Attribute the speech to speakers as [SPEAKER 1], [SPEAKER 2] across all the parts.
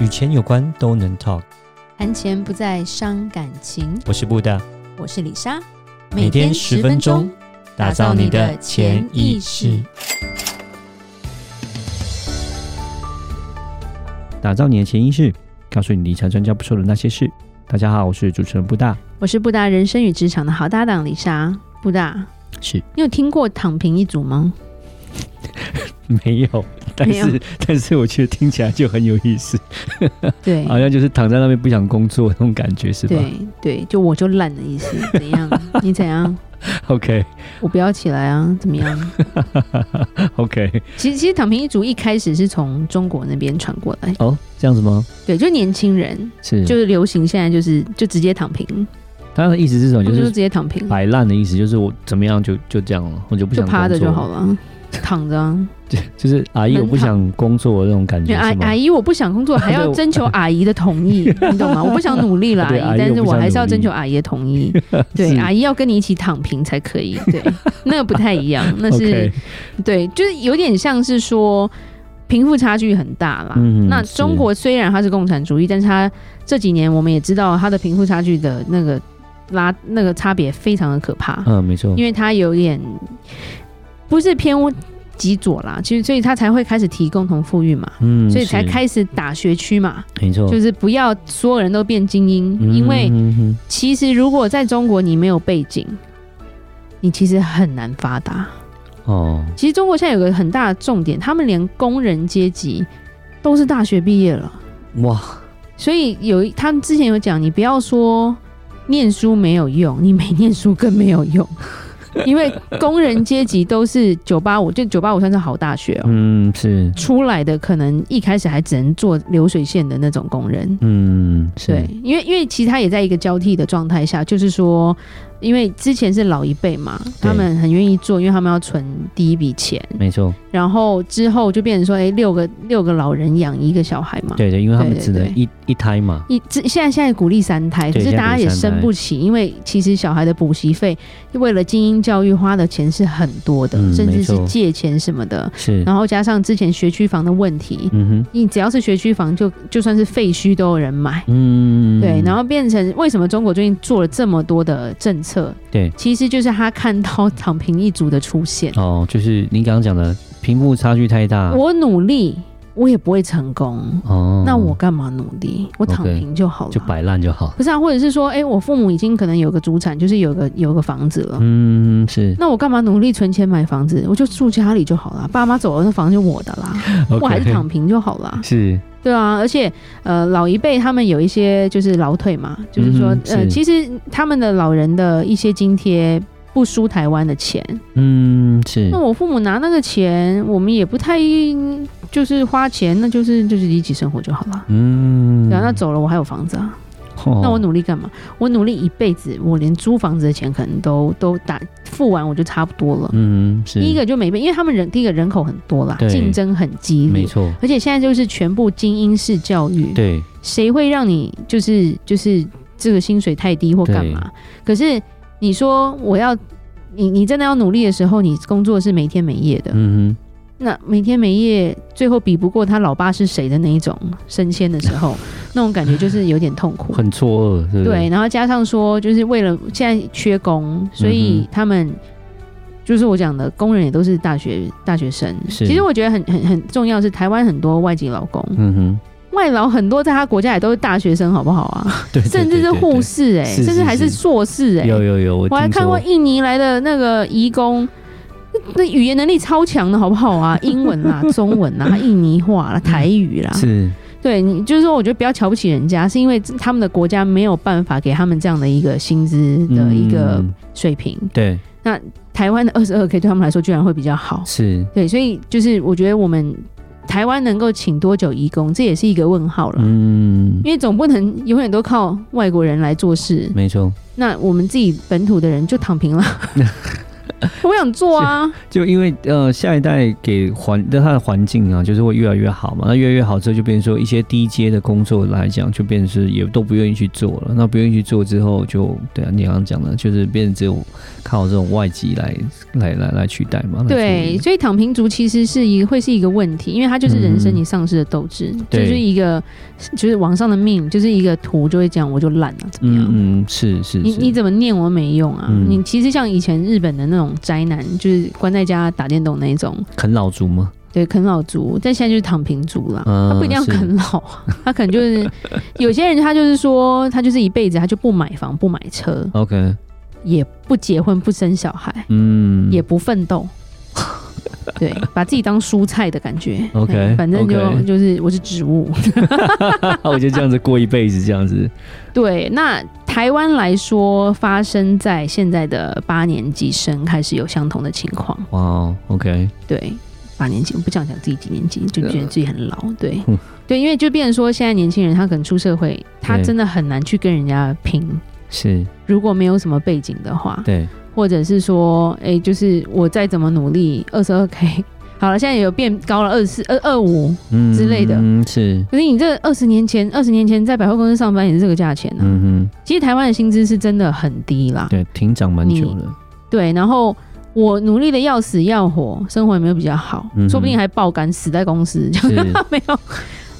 [SPEAKER 1] 与钱有关都能 talk。
[SPEAKER 2] 谈钱不再伤感情。
[SPEAKER 1] 我是布大，
[SPEAKER 2] 我是李莎，
[SPEAKER 1] 每天十分钟，打造你的潜意识，打造你的潜意识，告诉你理财专家不说的那些事。大家好，我是主持人布大，
[SPEAKER 2] 我是布达人生与职场的好搭档李莎。布达，
[SPEAKER 1] 是
[SPEAKER 2] 你有听过躺平一族吗？
[SPEAKER 1] 没有，但
[SPEAKER 2] 没有
[SPEAKER 1] 是但是我觉得听起来就很有意思，
[SPEAKER 2] 对
[SPEAKER 1] 好像就是躺在那边不想工作那种感觉啊是吧
[SPEAKER 2] 对对，就我就懒的 意思。怎样？你怎样？
[SPEAKER 1] ？OK
[SPEAKER 2] 我不要起来啊？怎 么样？
[SPEAKER 1] OK，
[SPEAKER 2] 其实其实躺平一族一开始是从中国那边传过来，
[SPEAKER 1] 哦，这样子吗？
[SPEAKER 2] 对，就年轻人
[SPEAKER 1] 是，
[SPEAKER 2] 就是流行，现在就是就直接躺平，
[SPEAKER 1] 他的意思是什么？
[SPEAKER 2] 我
[SPEAKER 1] 就
[SPEAKER 2] 们就是直接躺平，
[SPEAKER 1] 摆烂的意思，就是我怎么样就就这样了，我就不
[SPEAKER 2] 就
[SPEAKER 1] 想
[SPEAKER 2] 趴着就
[SPEAKER 1] 工作
[SPEAKER 2] 好了，躺着啊。
[SPEAKER 1] 就是阿姨，
[SPEAKER 2] 能
[SPEAKER 1] 我不想工作的那种感
[SPEAKER 2] 因
[SPEAKER 1] 觉，
[SPEAKER 2] 为阿
[SPEAKER 1] 是吗
[SPEAKER 2] 阿？姨，我不 想工作，还要征求阿姨的同意，你懂吗？我不想努力了，阿
[SPEAKER 1] 对阿
[SPEAKER 2] 姨，
[SPEAKER 1] 姨
[SPEAKER 2] 但是
[SPEAKER 1] 我不
[SPEAKER 2] 我
[SPEAKER 1] 想
[SPEAKER 2] 还是要
[SPEAKER 1] 努力
[SPEAKER 2] 征求阿姨的同 意。对，
[SPEAKER 1] 是
[SPEAKER 2] 阿姨要跟你一起躺平才可以。 对，那个不太一样，那是
[SPEAKER 1] OK，
[SPEAKER 2] 对，就是有点像是说贫富差距很大啦。
[SPEAKER 1] 嗯
[SPEAKER 2] 那
[SPEAKER 1] 是
[SPEAKER 2] 中国虽然它是共产主义，但是它这几年我们也知道它的贫富差距的那个拉那个差别非常的可怕。
[SPEAKER 1] 嗯，没错
[SPEAKER 2] 因，为他有点不是偏极左啦，其实所以他才会开始提共同富裕嘛，
[SPEAKER 1] 嗯，
[SPEAKER 2] 所以才
[SPEAKER 1] 是，
[SPEAKER 2] 开始打学区嘛，
[SPEAKER 1] 没错，
[SPEAKER 2] 就是不要所有人都变精英，
[SPEAKER 1] 嗯
[SPEAKER 2] 因为
[SPEAKER 1] 嗯嗯
[SPEAKER 2] 其实如果在中国你没有背景。你其实很难发达。
[SPEAKER 1] 嗯哦，
[SPEAKER 2] 其实中国现在有个很大的重点，他们连工人阶级都是大学毕业了，
[SPEAKER 1] 哇，
[SPEAKER 2] 所以有一他们之前有讲，你不要说念书没有用，你没念书更没有用， 因为工人阶级都是九八五，就九八五算是好大学哦。
[SPEAKER 1] 嗯，是，
[SPEAKER 2] 出来的可能一开始还只能做流水线的那种工人，
[SPEAKER 1] 嗯，是
[SPEAKER 2] 对，，因为因为其实他也在一个交替的状态下，就是说，因为之前是老一辈嘛，
[SPEAKER 1] 对
[SPEAKER 2] 他们很愿意做，因为他们要存第一笔钱，
[SPEAKER 1] 没错，
[SPEAKER 2] 然后之后就变成说，哎、六个六个老人养一个小孩嘛，
[SPEAKER 1] 对对，因为他们
[SPEAKER 2] 对对
[SPEAKER 1] 只能
[SPEAKER 2] 对
[SPEAKER 1] 一一胎嘛，
[SPEAKER 2] 一这现在现在鼓励三胎，可
[SPEAKER 1] 对
[SPEAKER 2] 是大家也生不起，因为其实小孩的补习费，为了精英教育花的钱是很多的，
[SPEAKER 1] 嗯
[SPEAKER 2] 甚至是
[SPEAKER 1] 没错
[SPEAKER 2] 借钱什么的，
[SPEAKER 1] 是，
[SPEAKER 2] 然后加上之前学区房的问题，
[SPEAKER 1] 嗯哼，
[SPEAKER 2] 你只要是学区房就，就算是废墟都有人买。
[SPEAKER 1] 嗯，
[SPEAKER 2] 对，然后变成为什么中国最近做了这么多的政策？
[SPEAKER 1] 对，嗯
[SPEAKER 2] 其实就是他看到躺平一族的出现。
[SPEAKER 1] 哦，就是您刚刚讲的贫富差距太大，
[SPEAKER 2] 我努力，我也不会成功，
[SPEAKER 1] 哦，
[SPEAKER 2] 那我干嘛努力？我躺
[SPEAKER 1] OK，
[SPEAKER 2] 平就好了。
[SPEAKER 1] 就摆烂就好，
[SPEAKER 2] 不是啊，或者是说，哎、我父母已经可能有个主产，就是有个有个房子了，
[SPEAKER 1] 嗯，是
[SPEAKER 2] 那我干嘛努力存钱买房子？我就住家里就好了，爸妈走了，那房子就我的 啦，我还是躺平就好啦。
[SPEAKER 1] 是，
[SPEAKER 2] 对啊，而且呃，老一辈他们有一些就是劳退嘛，就是说、
[SPEAKER 1] 嗯哼
[SPEAKER 2] 呃，
[SPEAKER 1] 是
[SPEAKER 2] 其实他们的老人的一些津贴。不输台湾的钱，
[SPEAKER 1] 嗯，是
[SPEAKER 2] 那，我父母拿那个钱，我们也不太就是花钱，那就是就是一起生活就好了。
[SPEAKER 1] 嗯，
[SPEAKER 2] 对啊，那走了我还有房子啊。
[SPEAKER 1] 哦
[SPEAKER 2] 那我努力干嘛？我努力一辈子，我连租房子的钱可能都都打付完，我就差不多了。
[SPEAKER 1] 嗯，是
[SPEAKER 2] 第一个就没变，因为他们人第一个人口很多啦，
[SPEAKER 1] 对
[SPEAKER 2] 竞争很激
[SPEAKER 1] 没
[SPEAKER 2] 烈，
[SPEAKER 1] 错，
[SPEAKER 2] 而且现在就是全部精英式教育，
[SPEAKER 1] 对，
[SPEAKER 2] 谁会让你就是就是这个薪水太低或干嘛？可是你说我要你你真的要努力的时候，你工作是没天没夜的，
[SPEAKER 1] 嗯
[SPEAKER 2] 那每天每夜最后比不过他老爸是谁的那一种升迁的 时候，那种感觉就是有点痛苦
[SPEAKER 1] 哼，。很错愕，对不
[SPEAKER 2] 对，
[SPEAKER 1] 对？
[SPEAKER 2] 然后加上说，就是为了现在缺工，所
[SPEAKER 1] 嗯
[SPEAKER 2] 以他们、就是我讲的工人也都是大学大学生。
[SPEAKER 1] 是
[SPEAKER 2] 其实我觉得很很很重要是，台湾很多外籍劳工，
[SPEAKER 1] 嗯哼，
[SPEAKER 2] 外劳很多在他国家也都是大学生，好不好啊？
[SPEAKER 1] 对，对
[SPEAKER 2] 甚至是护，士、欸，
[SPEAKER 1] 是是
[SPEAKER 2] 甚至还是
[SPEAKER 1] 是
[SPEAKER 2] 硕士、
[SPEAKER 1] 对对
[SPEAKER 2] 欸，
[SPEAKER 1] 对有有有，我
[SPEAKER 2] 我还
[SPEAKER 1] 听
[SPEAKER 2] 看过
[SPEAKER 1] 说
[SPEAKER 2] 印尼来的那个移工，那那语言能力超强的，好不好啊？英 文啦、中文啦、印尼话啦、台语啦，
[SPEAKER 1] 是，
[SPEAKER 2] 对你就是说，我觉得不要瞧不起人家，是因为他们的国家没有办法给他们这样的一个薪资的一个
[SPEAKER 1] 嗯
[SPEAKER 2] 水平。
[SPEAKER 1] 对，
[SPEAKER 2] 台湾的二十二 k 对他们来说居然会比较好，
[SPEAKER 1] 是，
[SPEAKER 2] 对，所以就是我觉得我们台湾能够请多久移工，这也是一个问号了。
[SPEAKER 1] 嗯，
[SPEAKER 2] 因为总不能永远都靠外国人来做事，
[SPEAKER 1] 没错，
[SPEAKER 2] 那我们自己本土的人就躺平了。我想做啊，
[SPEAKER 1] 就因为呃，下一代给环的它的环境啊，就是会越来越好嘛。那越来越好之后，就变成说一些低阶的工作来讲，就变成是也都不愿意去做了。那不愿意去做之后就，对啊，你刚刚讲的，就是变成只有靠这种外籍来来来来取代嘛。来处
[SPEAKER 2] 对，
[SPEAKER 1] 理
[SPEAKER 2] 所以躺平族其实是一个会是一个问题，因为它就是人生你丧失的斗志，
[SPEAKER 1] 对
[SPEAKER 2] 就是一个就是网上的命，就是一个图就会讲我就懒了、怎么样？
[SPEAKER 1] 嗯嗯，是是
[SPEAKER 2] 你
[SPEAKER 1] 是，
[SPEAKER 2] 你怎么念我没用啊！
[SPEAKER 1] 嗯
[SPEAKER 2] 你其实像以前日本的那种宅男，就是关在家打电动那一种，
[SPEAKER 1] 啃老族吗？
[SPEAKER 2] 对啃老族，但现在就是躺平族啦。
[SPEAKER 1] 嗯
[SPEAKER 2] 他不一定要
[SPEAKER 1] 是
[SPEAKER 2] 啃老，他可能就是 有些人，他就是说，他就是一辈子他就不买房、不买车，
[SPEAKER 1] OK，
[SPEAKER 2] 也不结婚、不生小孩，
[SPEAKER 1] 嗯，
[SPEAKER 2] 也不奋斗，对，把自己当蔬菜的感觉。
[SPEAKER 1] OK，
[SPEAKER 2] 哎反正就
[SPEAKER 1] OK
[SPEAKER 2] 就是我是植物。
[SPEAKER 1] 我就这样子过一辈子，这样子。
[SPEAKER 2] 对，那台湾来说，发生在现在的八年级生开始有相同的情况。
[SPEAKER 1] 哇哦，OK，
[SPEAKER 2] 对，八年级，我不想讲自己几年级，
[SPEAKER 1] 啊
[SPEAKER 2] 就觉得自己很老。对
[SPEAKER 1] 嗯，
[SPEAKER 2] 对，因为就变成说，现在年轻人他可能出社会，他
[SPEAKER 1] 对
[SPEAKER 2] 真的很难去跟人家拼。
[SPEAKER 1] 是
[SPEAKER 2] 如果没有什么背景的话，
[SPEAKER 1] 对，
[SPEAKER 2] 或者是说，哎、就是我再怎么努力，二十二 k，好了，现在也有变高了，二四二二五。
[SPEAKER 1] 嗯
[SPEAKER 2] 之类的
[SPEAKER 1] 嗯，是，
[SPEAKER 2] 可是你这二十年前，二十年前在百货公司上班也是这个价钱呢、
[SPEAKER 1] 嗯哼，
[SPEAKER 2] 其实台湾的薪资是真的很低啦，
[SPEAKER 1] 对，挺长蛮
[SPEAKER 2] 你
[SPEAKER 1] 久的，
[SPEAKER 2] 对，然后我努力的要死要活，生活也没有比较好，
[SPEAKER 1] 嗯哼
[SPEAKER 2] 说不定还爆肝死在公司，就是 没有。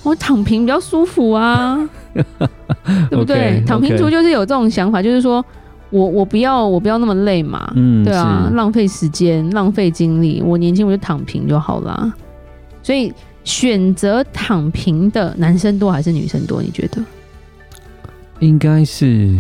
[SPEAKER 2] 我躺平比较舒服啊， 对不对
[SPEAKER 1] OK，OK
[SPEAKER 2] 躺平族就是有这种想法，就是说我我不要我不要那么累嘛，
[SPEAKER 1] 嗯，
[SPEAKER 2] 对啊，
[SPEAKER 1] 是
[SPEAKER 2] 浪费时间，浪费精力。我年轻我就躺平就好啦。所以选择躺平的男生多还是女生多？你觉得
[SPEAKER 1] 应该是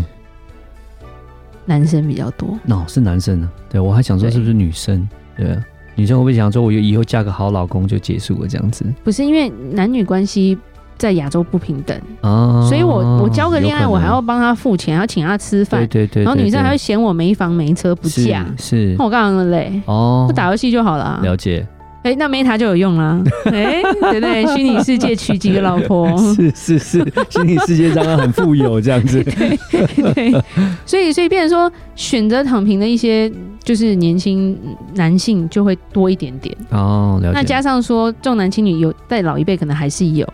[SPEAKER 2] 男生比较多？
[SPEAKER 1] 哦，是男生啊。对我还想说
[SPEAKER 2] 对
[SPEAKER 1] 是不是女生？对啊，女生会不会想说，我以后嫁个好老公就结束了这样子
[SPEAKER 2] 不是因为男女关系在亚洲不平等，
[SPEAKER 1] 啊？
[SPEAKER 2] 所以我我交个恋爱，
[SPEAKER 1] 有可能
[SPEAKER 2] 我还要帮他付钱，还要请他吃饭
[SPEAKER 1] 对，对对，
[SPEAKER 2] 然后
[SPEAKER 1] 对
[SPEAKER 2] 女生
[SPEAKER 1] 对
[SPEAKER 2] 还会嫌我没房没车不
[SPEAKER 1] 是
[SPEAKER 2] 嫁，
[SPEAKER 1] 是
[SPEAKER 2] 那我干嘛嘞？
[SPEAKER 1] 哦
[SPEAKER 2] 不，打游戏就好了啊。
[SPEAKER 1] 了 解
[SPEAKER 2] 哎、那 Meta 就有用啦。哎、对不对？虚拟世界娶几个老 婆，
[SPEAKER 1] 是是是，心理世界让他很富有这 样子，
[SPEAKER 2] 对，所以所以变成说，选择躺平的一些就是年轻男性就会多一点点。
[SPEAKER 1] 哦，了解。
[SPEAKER 2] 那加上说重男轻女有，在老一辈可能还是有，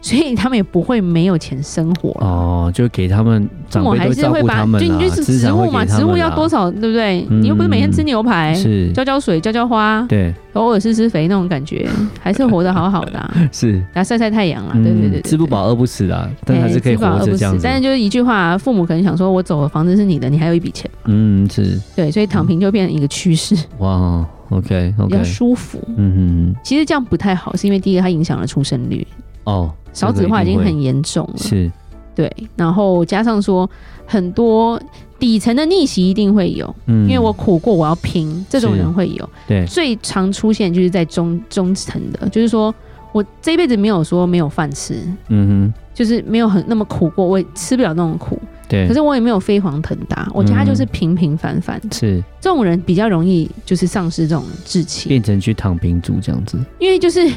[SPEAKER 2] 所以他们也不会没有钱生活啦。
[SPEAKER 1] 哦，就给他们
[SPEAKER 2] 父
[SPEAKER 1] 长
[SPEAKER 2] 母
[SPEAKER 1] 辈
[SPEAKER 2] 还
[SPEAKER 1] 都
[SPEAKER 2] 是
[SPEAKER 1] 照
[SPEAKER 2] 会
[SPEAKER 1] 顾
[SPEAKER 2] 把，
[SPEAKER 1] 他们
[SPEAKER 2] 就
[SPEAKER 1] 啦，
[SPEAKER 2] 你就是
[SPEAKER 1] 资
[SPEAKER 2] 植
[SPEAKER 1] 产会
[SPEAKER 2] 物
[SPEAKER 1] 给
[SPEAKER 2] 嘛，
[SPEAKER 1] 他
[SPEAKER 2] 植物
[SPEAKER 1] 们
[SPEAKER 2] 要
[SPEAKER 1] 啦
[SPEAKER 2] 多少，对不对？
[SPEAKER 1] 嗯
[SPEAKER 2] 你又不是每天吃牛排，
[SPEAKER 1] 是，
[SPEAKER 2] 浇浇水、浇浇花，
[SPEAKER 1] 对，
[SPEAKER 2] 偶尔施施肥那种感觉，还是活得好好的、啊，
[SPEAKER 1] 是，
[SPEAKER 2] 然后晒晒太阳啊啦，对对对
[SPEAKER 1] 嗯
[SPEAKER 2] 对
[SPEAKER 1] 吃不。饱饿不死啦，但还是可以
[SPEAKER 2] 哎吃饱
[SPEAKER 1] 活
[SPEAKER 2] 饿
[SPEAKER 1] 着
[SPEAKER 2] 不
[SPEAKER 1] 这样
[SPEAKER 2] 死
[SPEAKER 1] 子，
[SPEAKER 2] 但是就是一句话，父母可能想说，我走了，房子是你的，你还有一笔钱。
[SPEAKER 1] 嗯，是，
[SPEAKER 2] 对，所以躺平就变成一个趋势，
[SPEAKER 1] 哇，OK
[SPEAKER 2] 比
[SPEAKER 1] OK，
[SPEAKER 2] 较舒服。
[SPEAKER 1] 嗯嗯，
[SPEAKER 2] 其实这样不太好，是因为第一个它影响了出生率，
[SPEAKER 1] 哦，
[SPEAKER 2] 少
[SPEAKER 1] 这个
[SPEAKER 2] 子化
[SPEAKER 1] 一
[SPEAKER 2] 已
[SPEAKER 1] 定
[SPEAKER 2] 经
[SPEAKER 1] 会
[SPEAKER 2] 很严重了。
[SPEAKER 1] 是，
[SPEAKER 2] 对，然后加上说很多底层的逆袭一定会有，
[SPEAKER 1] 嗯，
[SPEAKER 2] 因为我苦过，我要拼，这种人会有。
[SPEAKER 1] 对
[SPEAKER 2] 最常出现就是在中中层的，就是说我这一辈子没有说没有饭吃，
[SPEAKER 1] 嗯
[SPEAKER 2] 就是没有很那么苦过，我也吃不了那种苦，
[SPEAKER 1] 哼，对，嗯
[SPEAKER 2] 可是我也没有飞黄腾达，我家就是平平凡凡。
[SPEAKER 1] 是
[SPEAKER 2] 这种人比较容易就是丧失这种志气。
[SPEAKER 1] 变成去躺平族这样子，
[SPEAKER 2] 因为就是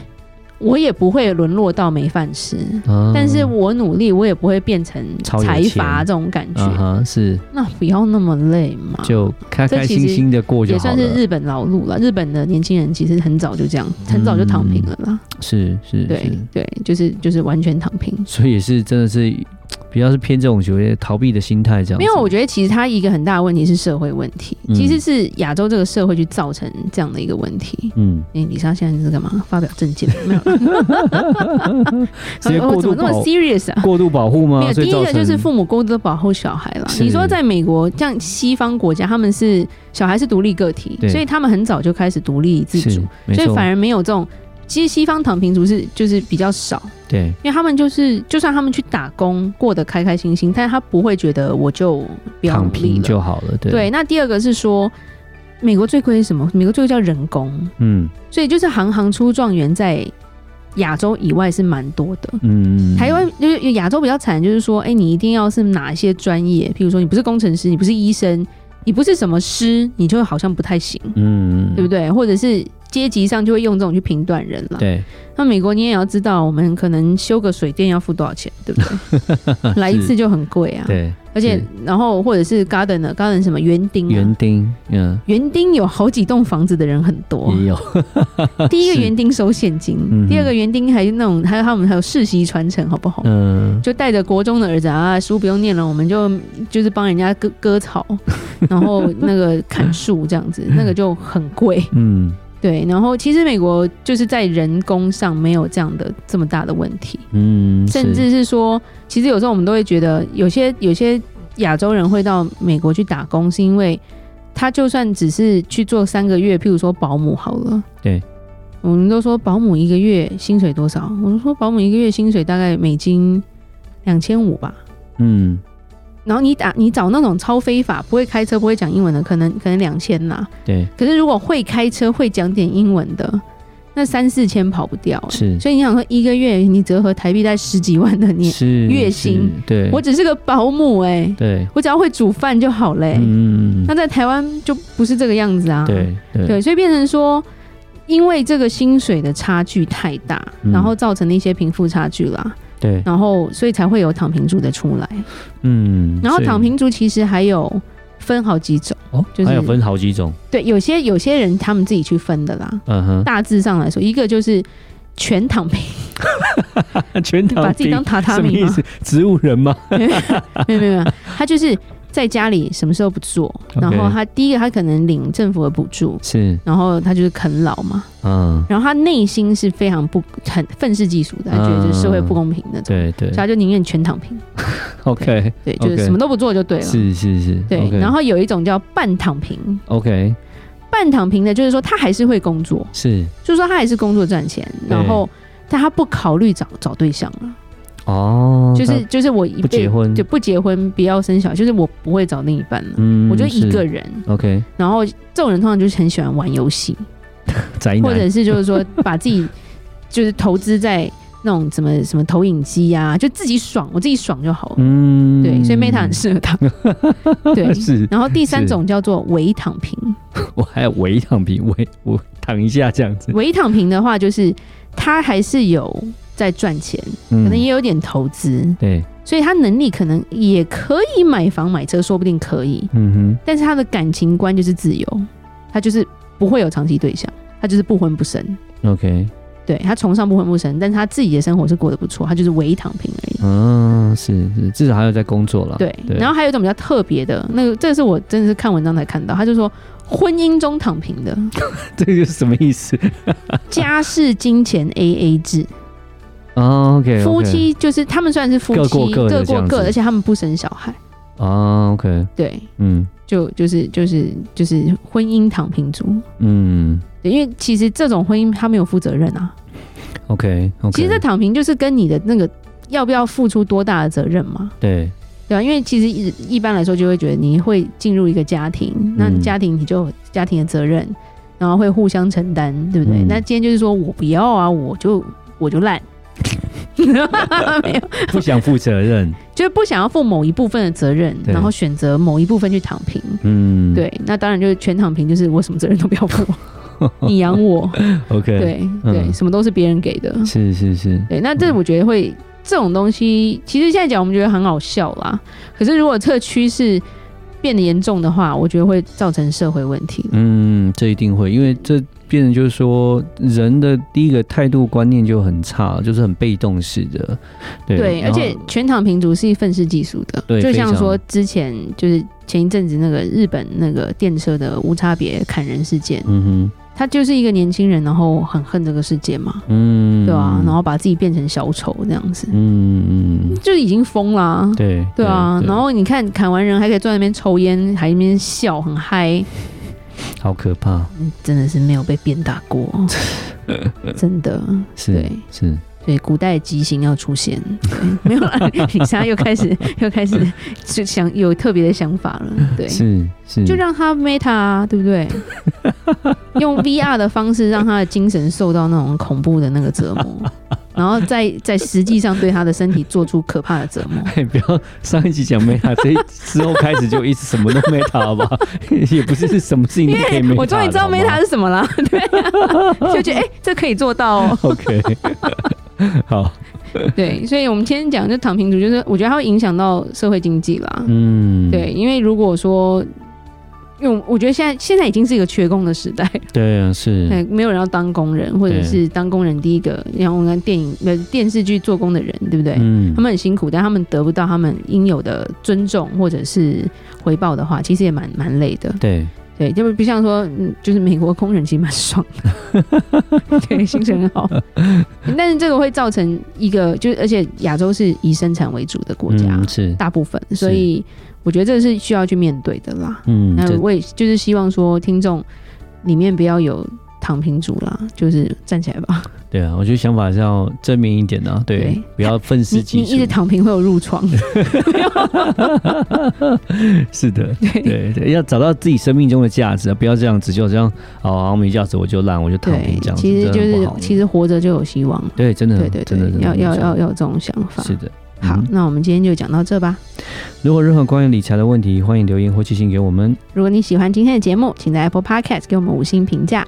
[SPEAKER 2] 我也不会沦落到没饭吃，
[SPEAKER 1] 啊
[SPEAKER 2] 但是我努力，我也不会变成
[SPEAKER 1] 超有
[SPEAKER 2] 财
[SPEAKER 1] 钱
[SPEAKER 2] 阀这种感觉。
[SPEAKER 1] 啊哈是
[SPEAKER 2] 那不要那么累嘛，
[SPEAKER 1] 就开
[SPEAKER 2] 啊这
[SPEAKER 1] 开
[SPEAKER 2] 其
[SPEAKER 1] 心
[SPEAKER 2] 实
[SPEAKER 1] 心的过就
[SPEAKER 2] 也
[SPEAKER 1] 好
[SPEAKER 2] 算是
[SPEAKER 1] 了，
[SPEAKER 2] 日本劳碌了。日本的年轻人其实很早就这样，很早就躺平了啦。
[SPEAKER 1] 是是
[SPEAKER 2] 对
[SPEAKER 1] 嗯是，
[SPEAKER 2] 对，就是就是完全躺平。
[SPEAKER 1] 所以也是真的是比较是偏这种所谓的逃避的心态这样子，
[SPEAKER 2] 没有，我觉得其实它一个很大的问题是社会问题，
[SPEAKER 1] 嗯
[SPEAKER 2] 其实是亚洲这个社会去造成这样的一个问题。
[SPEAKER 1] 嗯，
[SPEAKER 2] 哎、李莎现在是干嘛？发表政 见没有啦？
[SPEAKER 1] 直接
[SPEAKER 2] 我
[SPEAKER 1] 过度
[SPEAKER 2] 怎么那么
[SPEAKER 1] 保
[SPEAKER 2] serious 啊？
[SPEAKER 1] 过度保护
[SPEAKER 2] 没
[SPEAKER 1] 吗？
[SPEAKER 2] 有，
[SPEAKER 1] 所
[SPEAKER 2] 第
[SPEAKER 1] 以
[SPEAKER 2] 一
[SPEAKER 1] 造
[SPEAKER 2] 个
[SPEAKER 1] 成
[SPEAKER 2] 就是父母过度保护小孩了。
[SPEAKER 1] 是
[SPEAKER 2] 你说在美国，像西方国家，他们是小孩是独立个体，
[SPEAKER 1] 对
[SPEAKER 2] 所以他们很早就开始独立自
[SPEAKER 1] 是
[SPEAKER 2] 主，，
[SPEAKER 1] 没
[SPEAKER 2] 所以
[SPEAKER 1] 错
[SPEAKER 2] 反而没有这种。其实西方躺平族是就是比较少，
[SPEAKER 1] 对
[SPEAKER 2] 因为他们就是就算他们去打工过得开开心心，但是他不会觉得我就不要
[SPEAKER 1] 躺
[SPEAKER 2] 努力
[SPEAKER 1] 平
[SPEAKER 2] 了。
[SPEAKER 1] 就好了，对
[SPEAKER 2] 对，，那第二个是说，美国最贵是什么？美国最贵叫人工，
[SPEAKER 1] 嗯
[SPEAKER 2] 所以就是行行出状元在亚洲以外是蛮多的。
[SPEAKER 1] 嗯，
[SPEAKER 2] 台湾就是亚洲比较惨，就是说，哎、你一定要是哪一些专业，譬如说你不是工程师，你不是医生，你不是什么师，你就好像不太行，
[SPEAKER 1] 嗯，
[SPEAKER 2] 对不对？或者是阶级上就会用这种去评断人了。
[SPEAKER 1] 对？
[SPEAKER 2] 那美国你也 要知道，我们可能修个水电要付多少钱，对不对？来一次就很贵啊。
[SPEAKER 1] 对
[SPEAKER 2] 而且
[SPEAKER 1] 是
[SPEAKER 2] 然后或者是 garden 的 garden 什么园丁、啊，
[SPEAKER 1] 园丁，嗯，
[SPEAKER 2] 园丁有好几栋房子的人很多。
[SPEAKER 1] 也有，
[SPEAKER 2] 第一个
[SPEAKER 1] 是
[SPEAKER 2] 园丁收现金，
[SPEAKER 1] 嗯哼
[SPEAKER 2] 第二个园丁还那种，还有他们还有世袭传承，好不好？
[SPEAKER 1] 嗯，
[SPEAKER 2] 就带着国中的儿子啊，书不用念了，我们就就是帮人家割割草，然后那个砍树这样子，那个就很贵。
[SPEAKER 1] 嗯
[SPEAKER 2] 对，然后其实美国就是在人工上没有这样的这么大的问题，
[SPEAKER 1] 嗯，
[SPEAKER 2] 甚
[SPEAKER 1] 是
[SPEAKER 2] 至是说，其实有时候我们都会觉得，有些有些亚洲人会到美国去打工，是因为他就算只是去做三个月，譬如说保姆好了，
[SPEAKER 1] 对，
[SPEAKER 2] 我们都说保姆一个月薪水多少？我们说保姆一个月薪水大概美金两千五吧。
[SPEAKER 1] 嗯
[SPEAKER 2] 然后你打你找那种超非法、不会开车、不会讲英文的，可能可能两千啦。
[SPEAKER 1] 对
[SPEAKER 2] 可是如果会开车、会讲点英文的，那三四千跑不掉、欸
[SPEAKER 1] 是
[SPEAKER 2] 所以你想说一个月你折合台币在十几万的你，
[SPEAKER 1] 是
[SPEAKER 2] 月
[SPEAKER 1] 是
[SPEAKER 2] 薪
[SPEAKER 1] 对，
[SPEAKER 2] 我只是个保姆哎、
[SPEAKER 1] 对，
[SPEAKER 2] 我只要会煮饭就好嘞、
[SPEAKER 1] 嗯嗯
[SPEAKER 2] 哎那
[SPEAKER 1] 嗯，
[SPEAKER 2] 在台湾就不是这个样子啊。
[SPEAKER 1] 对对
[SPEAKER 2] 对，所以变成说，因为这个薪水的差距太大，
[SPEAKER 1] 嗯
[SPEAKER 2] 然后造成了一些贫富差距啦，
[SPEAKER 1] 对，
[SPEAKER 2] 然后所以才会有躺平族的出来。
[SPEAKER 1] 嗯，
[SPEAKER 2] 然后
[SPEAKER 1] 所以
[SPEAKER 2] 躺平族其实还有分好几种，
[SPEAKER 1] 哦，
[SPEAKER 2] 就是
[SPEAKER 1] 还有分好几种，
[SPEAKER 2] 对，有些有些人他们自己去分的啦。
[SPEAKER 1] 嗯
[SPEAKER 2] 大致上来说，一个就是全躺平，
[SPEAKER 1] 哼，全躺
[SPEAKER 2] 把自己
[SPEAKER 1] 平
[SPEAKER 2] 当榻榻
[SPEAKER 1] 什么
[SPEAKER 2] 米
[SPEAKER 1] 意
[SPEAKER 2] 吗
[SPEAKER 1] 思？？植物人吗？
[SPEAKER 2] 没有没有没有，他就是在家里什么时候不做，然后
[SPEAKER 1] OK
[SPEAKER 2] 他第一个他可能领政府的补助，
[SPEAKER 1] 是，
[SPEAKER 2] 然后他就是啃老嘛，
[SPEAKER 1] 嗯，
[SPEAKER 2] 然后他内心是非常不很愤世嫉俗的，他觉得这社会不公平那种，
[SPEAKER 1] 对对
[SPEAKER 2] 所以他就宁愿全躺平，
[SPEAKER 1] ，OK，
[SPEAKER 2] 对，就是
[SPEAKER 1] OK
[SPEAKER 2] 什么都不做就对了。
[SPEAKER 1] 是是是，
[SPEAKER 2] 对
[SPEAKER 1] OK，
[SPEAKER 2] 然后有一种叫半躺平，
[SPEAKER 1] OK
[SPEAKER 2] 半躺平的就是说他还是会工作，
[SPEAKER 1] 是
[SPEAKER 2] 就是说他还是工作赚钱，
[SPEAKER 1] 对
[SPEAKER 2] 然后但他不考虑找找对象了，
[SPEAKER 1] 哦，
[SPEAKER 2] 就
[SPEAKER 1] 那
[SPEAKER 2] 是就是我一
[SPEAKER 1] 不结
[SPEAKER 2] 辈
[SPEAKER 1] 婚
[SPEAKER 2] 就不结婚，不要生小孩，就是我不会找另一半了，
[SPEAKER 1] 嗯，
[SPEAKER 2] 我就一个
[SPEAKER 1] 是
[SPEAKER 2] 人。
[SPEAKER 1] OK
[SPEAKER 2] 然后这种人通常就是很喜欢玩游戏，
[SPEAKER 1] 宅
[SPEAKER 2] 或
[SPEAKER 1] 男
[SPEAKER 2] 者是就 是说把自己就是投资在那种什么什么投影机啊，就自己爽，我自己爽就好了。
[SPEAKER 1] 嗯
[SPEAKER 2] 对，所以 Meta 很适合他。对，
[SPEAKER 1] 是，
[SPEAKER 2] 然后第三种叫做伪躺平，
[SPEAKER 1] 我还有围躺平，围我躺一下这样子，
[SPEAKER 2] 伪躺平的话就是他还是有在赚钱，
[SPEAKER 1] 可
[SPEAKER 2] 可能也有点投资，
[SPEAKER 1] 嗯对，
[SPEAKER 2] 所以他能力可能也可以买房买车，说不定可以，
[SPEAKER 1] 嗯
[SPEAKER 2] 但是他的感情观就是自由，他就是不会有长期对象，他就是不婚不生。
[SPEAKER 1] 哼，OK，
[SPEAKER 2] 对他崇尚不婚不生，但是他自己的生活是过得不错，他就是唯一躺平而已。
[SPEAKER 1] 嗯，是是，至少还有在工作了，
[SPEAKER 2] 对，
[SPEAKER 1] 哦对
[SPEAKER 2] 然后还有一种比较特别的，那个这个是我真的是看文章才看到，他就说婚姻中躺平的
[SPEAKER 1] 这个是什么意思
[SPEAKER 2] 家事金钱 A A 制，
[SPEAKER 1] 哦 o k
[SPEAKER 2] 夫妻就是他们虽然是夫
[SPEAKER 1] 各过
[SPEAKER 2] 妻，
[SPEAKER 1] 各的
[SPEAKER 2] 各
[SPEAKER 1] 这
[SPEAKER 2] 过
[SPEAKER 1] 样
[SPEAKER 2] 各
[SPEAKER 1] 子
[SPEAKER 2] 的，而且他们不生小孩，
[SPEAKER 1] 啊，OK，
[SPEAKER 2] 对，
[SPEAKER 1] 嗯
[SPEAKER 2] 就就是就是就是婚姻躺平族。
[SPEAKER 1] 嗯
[SPEAKER 2] 对，因为其实这种婚姻他没有负责任啊。
[SPEAKER 1] ，OK OK，
[SPEAKER 2] 其实这躺平就是跟你的那个要不要付出多大的责任嘛。
[SPEAKER 1] 对，
[SPEAKER 2] 对啊，因为其实一一般来说就会觉得你会进入一个家庭，那
[SPEAKER 1] 嗯
[SPEAKER 2] 家庭你就有家庭的责任，然后会互相承担，对不对？
[SPEAKER 1] 嗯
[SPEAKER 2] 那今天就是说我不要啊，我就我 就烂，没有，
[SPEAKER 1] 不想负责任，
[SPEAKER 2] 就是不想要负某一部分的责任，
[SPEAKER 1] 对
[SPEAKER 2] 然后选择某一部分去躺平。
[SPEAKER 1] 嗯，
[SPEAKER 2] 对，那当然就是全躺平，就是我什么责任都不 要负，你养我，
[SPEAKER 1] ，OK，，
[SPEAKER 2] 对
[SPEAKER 1] 嗯
[SPEAKER 2] 对，什么都是别人给的。
[SPEAKER 1] 是是是，
[SPEAKER 2] 对，那这我觉得会、这种东西，其实现在讲我们觉得很好笑啦。可是如果这个趋势变得严重的话，我觉得会造成社会问题。
[SPEAKER 1] 嗯，这一定会，因为这变成就是说，人的第一个态度观念就很差，就是很被动式的，对，
[SPEAKER 2] 对，而
[SPEAKER 1] 然后
[SPEAKER 2] 且全躺平族是愤世嫉俗的，
[SPEAKER 1] 对
[SPEAKER 2] 就像
[SPEAKER 1] 非常
[SPEAKER 2] 说之前就是前一阵子那个日本那个电车的无差别砍人事件，
[SPEAKER 1] 嗯
[SPEAKER 2] 他就是一个年轻人，然后很恨这个世界嘛，
[SPEAKER 1] 哼，嗯，
[SPEAKER 2] 对啊，然后把自己变成小丑这样子，
[SPEAKER 1] 嗯，嗯嗯，
[SPEAKER 2] 就是已经疯啦、
[SPEAKER 1] 对，
[SPEAKER 2] 对啊，然后你看砍完人还可以坐在那边抽烟，还一边笑，很嗨，
[SPEAKER 1] 好可怕，
[SPEAKER 2] 真的是没有被鞭打 过，真的。
[SPEAKER 1] 是
[SPEAKER 2] 对
[SPEAKER 1] 是，
[SPEAKER 2] 所以古代畸形要出现，对，没有啦， 你现在又开始又开始就想有特别的想法了，对，
[SPEAKER 1] 是是，
[SPEAKER 2] 就让他 Meta 啊，对 不对？用 VR 的方式让他的精神受到那种恐怖的那个折 磨，然后再在实际上对他的身体做出可怕的折磨。
[SPEAKER 1] 嘿不要上一集讲 Meta，这一之后开始就一直什么都 Meta 好不好？也不是什么事情都可以 Meta 的。
[SPEAKER 2] 我终于知道
[SPEAKER 1] 好不好
[SPEAKER 2] Meta 是什 么啦，对、啊，就觉得哎、这可以做到哦。
[SPEAKER 1] OK，好，
[SPEAKER 2] 对，所以我们今天讲就躺平族，就是我觉得它会影响到社会经济啦。
[SPEAKER 1] 嗯，
[SPEAKER 2] 对，因为如果说，因为我我觉得现在现在已经是一个缺工的时代，
[SPEAKER 1] 对啊，是，
[SPEAKER 2] 对， 没有人要当工人，或者
[SPEAKER 1] 对
[SPEAKER 2] 是当工人第一个，然后看电影、呃电视剧做工的人，对不对？
[SPEAKER 1] 嗯
[SPEAKER 2] 他们很辛苦，但他们得不到他们应有的尊重或者是回报的话，其实也蛮蛮累的。
[SPEAKER 1] 对，
[SPEAKER 2] 对，要不不像说，嗯就是美国工人其实蛮爽 的，对，薪水很好。但是这个会造成一个，就是而且亚洲是以生产为主的国家，
[SPEAKER 1] 嗯是，
[SPEAKER 2] 大部分，所以我觉得这是需要去面对的啦。
[SPEAKER 1] 嗯，
[SPEAKER 2] 那
[SPEAKER 1] 这
[SPEAKER 2] 我也就是希望说，听众里面不要有躺平族啦，就是站起来吧。
[SPEAKER 1] 对啊，我觉得想法是要正面一点的、啊，对
[SPEAKER 2] 对，
[SPEAKER 1] 不要愤世
[SPEAKER 2] 你你
[SPEAKER 1] 嫉
[SPEAKER 2] 一直
[SPEAKER 1] 俗，
[SPEAKER 2] 躺平会有 褥疮，
[SPEAKER 1] 是的，
[SPEAKER 2] 对
[SPEAKER 1] 对对，要找到自己生命中的价值啊，不要这样子，就好像哦，好像没价值我就烂，我就躺平
[SPEAKER 2] 对
[SPEAKER 1] 这样，子，
[SPEAKER 2] 其实就
[SPEAKER 1] 真的很
[SPEAKER 2] 是
[SPEAKER 1] 不好
[SPEAKER 2] 其实活着就有希望。
[SPEAKER 1] 对，真的，
[SPEAKER 2] 对对
[SPEAKER 1] 真的
[SPEAKER 2] 对
[SPEAKER 1] 真，的
[SPEAKER 2] 要要
[SPEAKER 1] 没错
[SPEAKER 2] 要要有这种想法。
[SPEAKER 1] 是的。
[SPEAKER 2] 好
[SPEAKER 1] 嗯，
[SPEAKER 2] 那我们今天就讲到这吧。
[SPEAKER 1] 如果任何关于理财的问题，欢迎留言或寄信给我们，
[SPEAKER 2] 如果你喜欢今天的节目，请在 Apple Podcast 给我们五星评价。